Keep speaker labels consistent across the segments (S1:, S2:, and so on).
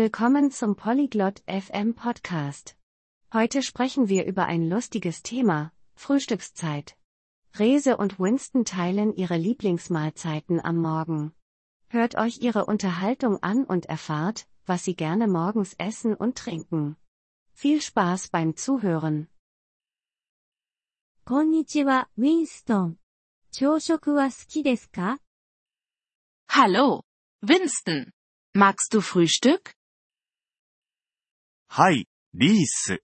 S1: Willkommen zum Polyglot FM Podcast. Heute sprechen wir über ein lustiges Thema, Frühstückszeit. Rese und Winston teilen ihre Lieblingsmahlzeiten am Morgen. Hört euch ihre Unterhaltung an und erfahrt, was sie gerne morgens essen und trinken. Viel Spaß beim Zuhören.
S2: こんにちは、ウィンストン。朝食は好きですか
S3: Hallo, Winston. Magst du Frühstück?
S4: はい、リース。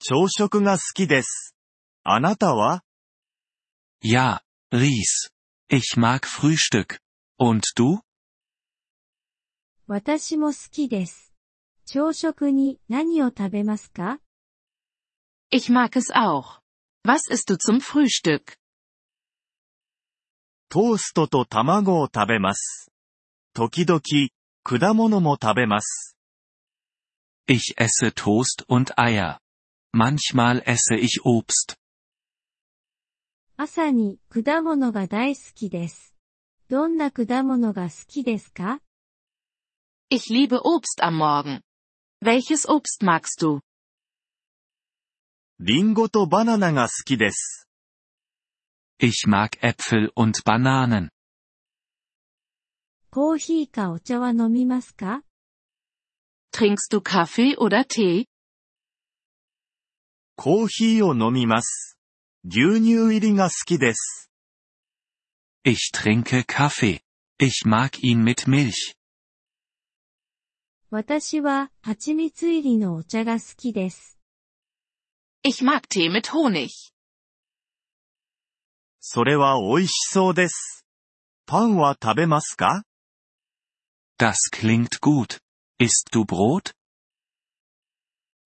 S4: 朝食が好きです。あなたは
S5: Ja, Ries. Ich mag Frühstück. Und du?
S2: 私も好きです。朝食に何を食べますか
S3: Ich mag es auch. Was isst du zum Frühstück?
S4: トーストと卵を食べます。時々、果物も食べます。
S5: Ich esse Toast und Eier. Manchmal esse ich Obst.
S2: 朝に果物が大好きです。どんな果物が好きですか
S3: Ich liebe Obst am Morgen. Welches Obst magst du?
S4: リンゴとバナナが好きです。
S5: Ich mag Äpfel und Bananen.
S2: コーヒーかお茶は飲みますか
S3: Trinkst du Kaffee oder Tee?
S4: コーヒーを飲みます。牛乳入りが好きです。
S5: Ich trinke Kaffee. Ich mag ihn mit Milch.
S2: 私は蜂蜜入りのお茶が好きです。
S3: Ich mag Tee mit Honig.
S4: それは美味しそうです。パンは食べますか
S5: Das klingt gut. Isst du Brot?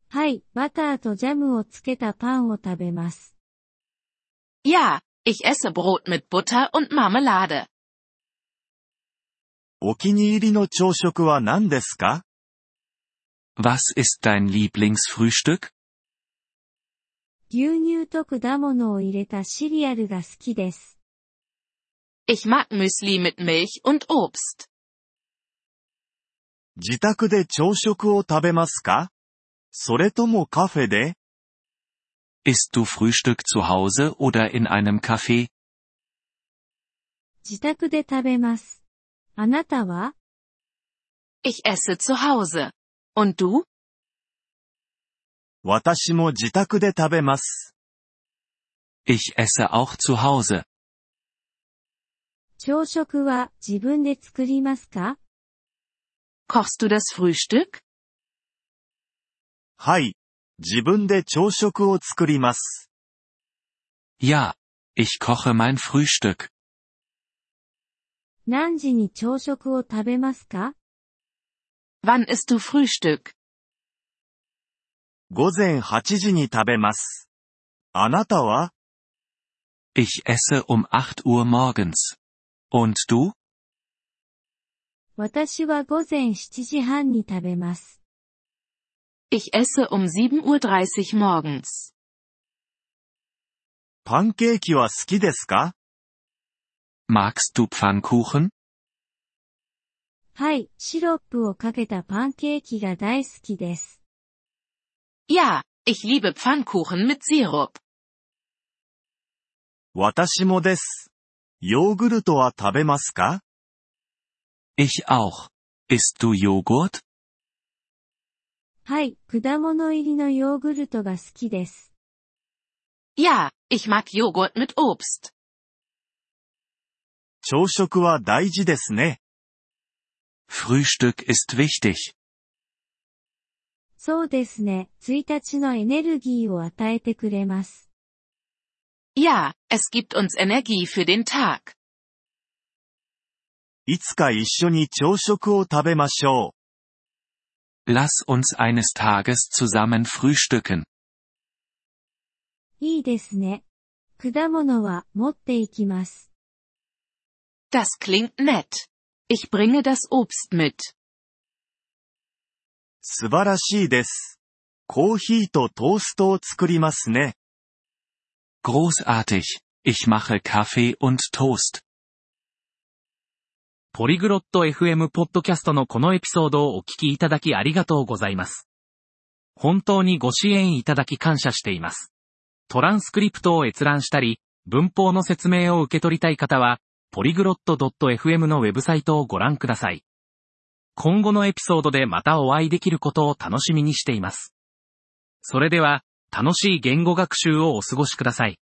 S2: はい、バターとジャムをつけたパンを食べます。
S3: Ja, ich esse Brot mit Butter und Marmelade.
S4: お気に入りの朝食は何ですか
S5: Was ist dein Lieblingsfrühstück?
S2: 牛乳と果物を入れたシリアルが好きです。
S3: Ich mag Müsli mit Milch und Obst.
S4: 自宅で朝食を食べますかそれともカフェで
S5: Isst du Frühstück zu Hause oder in einem Café?
S2: 自宅で食べます。あなたは
S3: Ich esse zu Hause. Und du?
S4: 私も自宅で食べます。
S5: Ich esse auch zu Hause.
S2: 朝食は自分で作りますか
S3: Kochst du das Frühstück?
S4: はい。自分で朝食を作ります。
S5: Ja, ich koche mein Frühstück.
S2: 何時に朝食を食べますか
S3: Wann isst du Frühstück?
S4: 午前8時に食べます。あなたは
S5: Ich esse um 8 Uhr morgens. Und du?
S2: 私は午前7時半に食べます。
S3: Ich esse um 7.30 Uhr morgens.
S4: パンケーキは好きですか
S5: Magst du Pfannkuchen?
S2: はい、シロップをかけたパンケーキが大好きです。
S3: Ja, ich liebe Pfannkuchen mit Sirup.
S4: 私もです。ヨーグルトは食べますか
S5: Ich auch. Isst du Joghurt?
S2: はい、果物入りのヨーグルトが好きです。
S3: Ja, ich mag Joghurt mit Obst.
S4: 朝食は大事ですね。
S5: Frühstück ist wichtig.
S2: そうですね、1日のエネルギーを与えてくれます。
S3: Ja, es gibt uns Energie für den Tag.
S4: いつか一緒に朝食を食べましょ
S5: Lass uns eines Tages zusammen frühstücken.
S2: いいですね。果物は持っていきます。
S3: Das klingt nett. Ich bringe das Obst mit.
S4: う。素晴らしいです。コーヒーとトーストを作りますね。
S5: Großartig. Ich mache Kaffee und Toast.
S6: ポリグロット FM ポッドキャストのこのエピソードをお聞きいただきありがとうございます。本当にご支援いただき感謝しています。トランスクリプトを閲覧したり、文法の説明を受け取りたい方は、ポリグロット .fm のウェブサイトをご覧ください。今後のエピソードでまたお会いできることを楽しみにしています。それでは、楽しい言語学習をお過ごしください。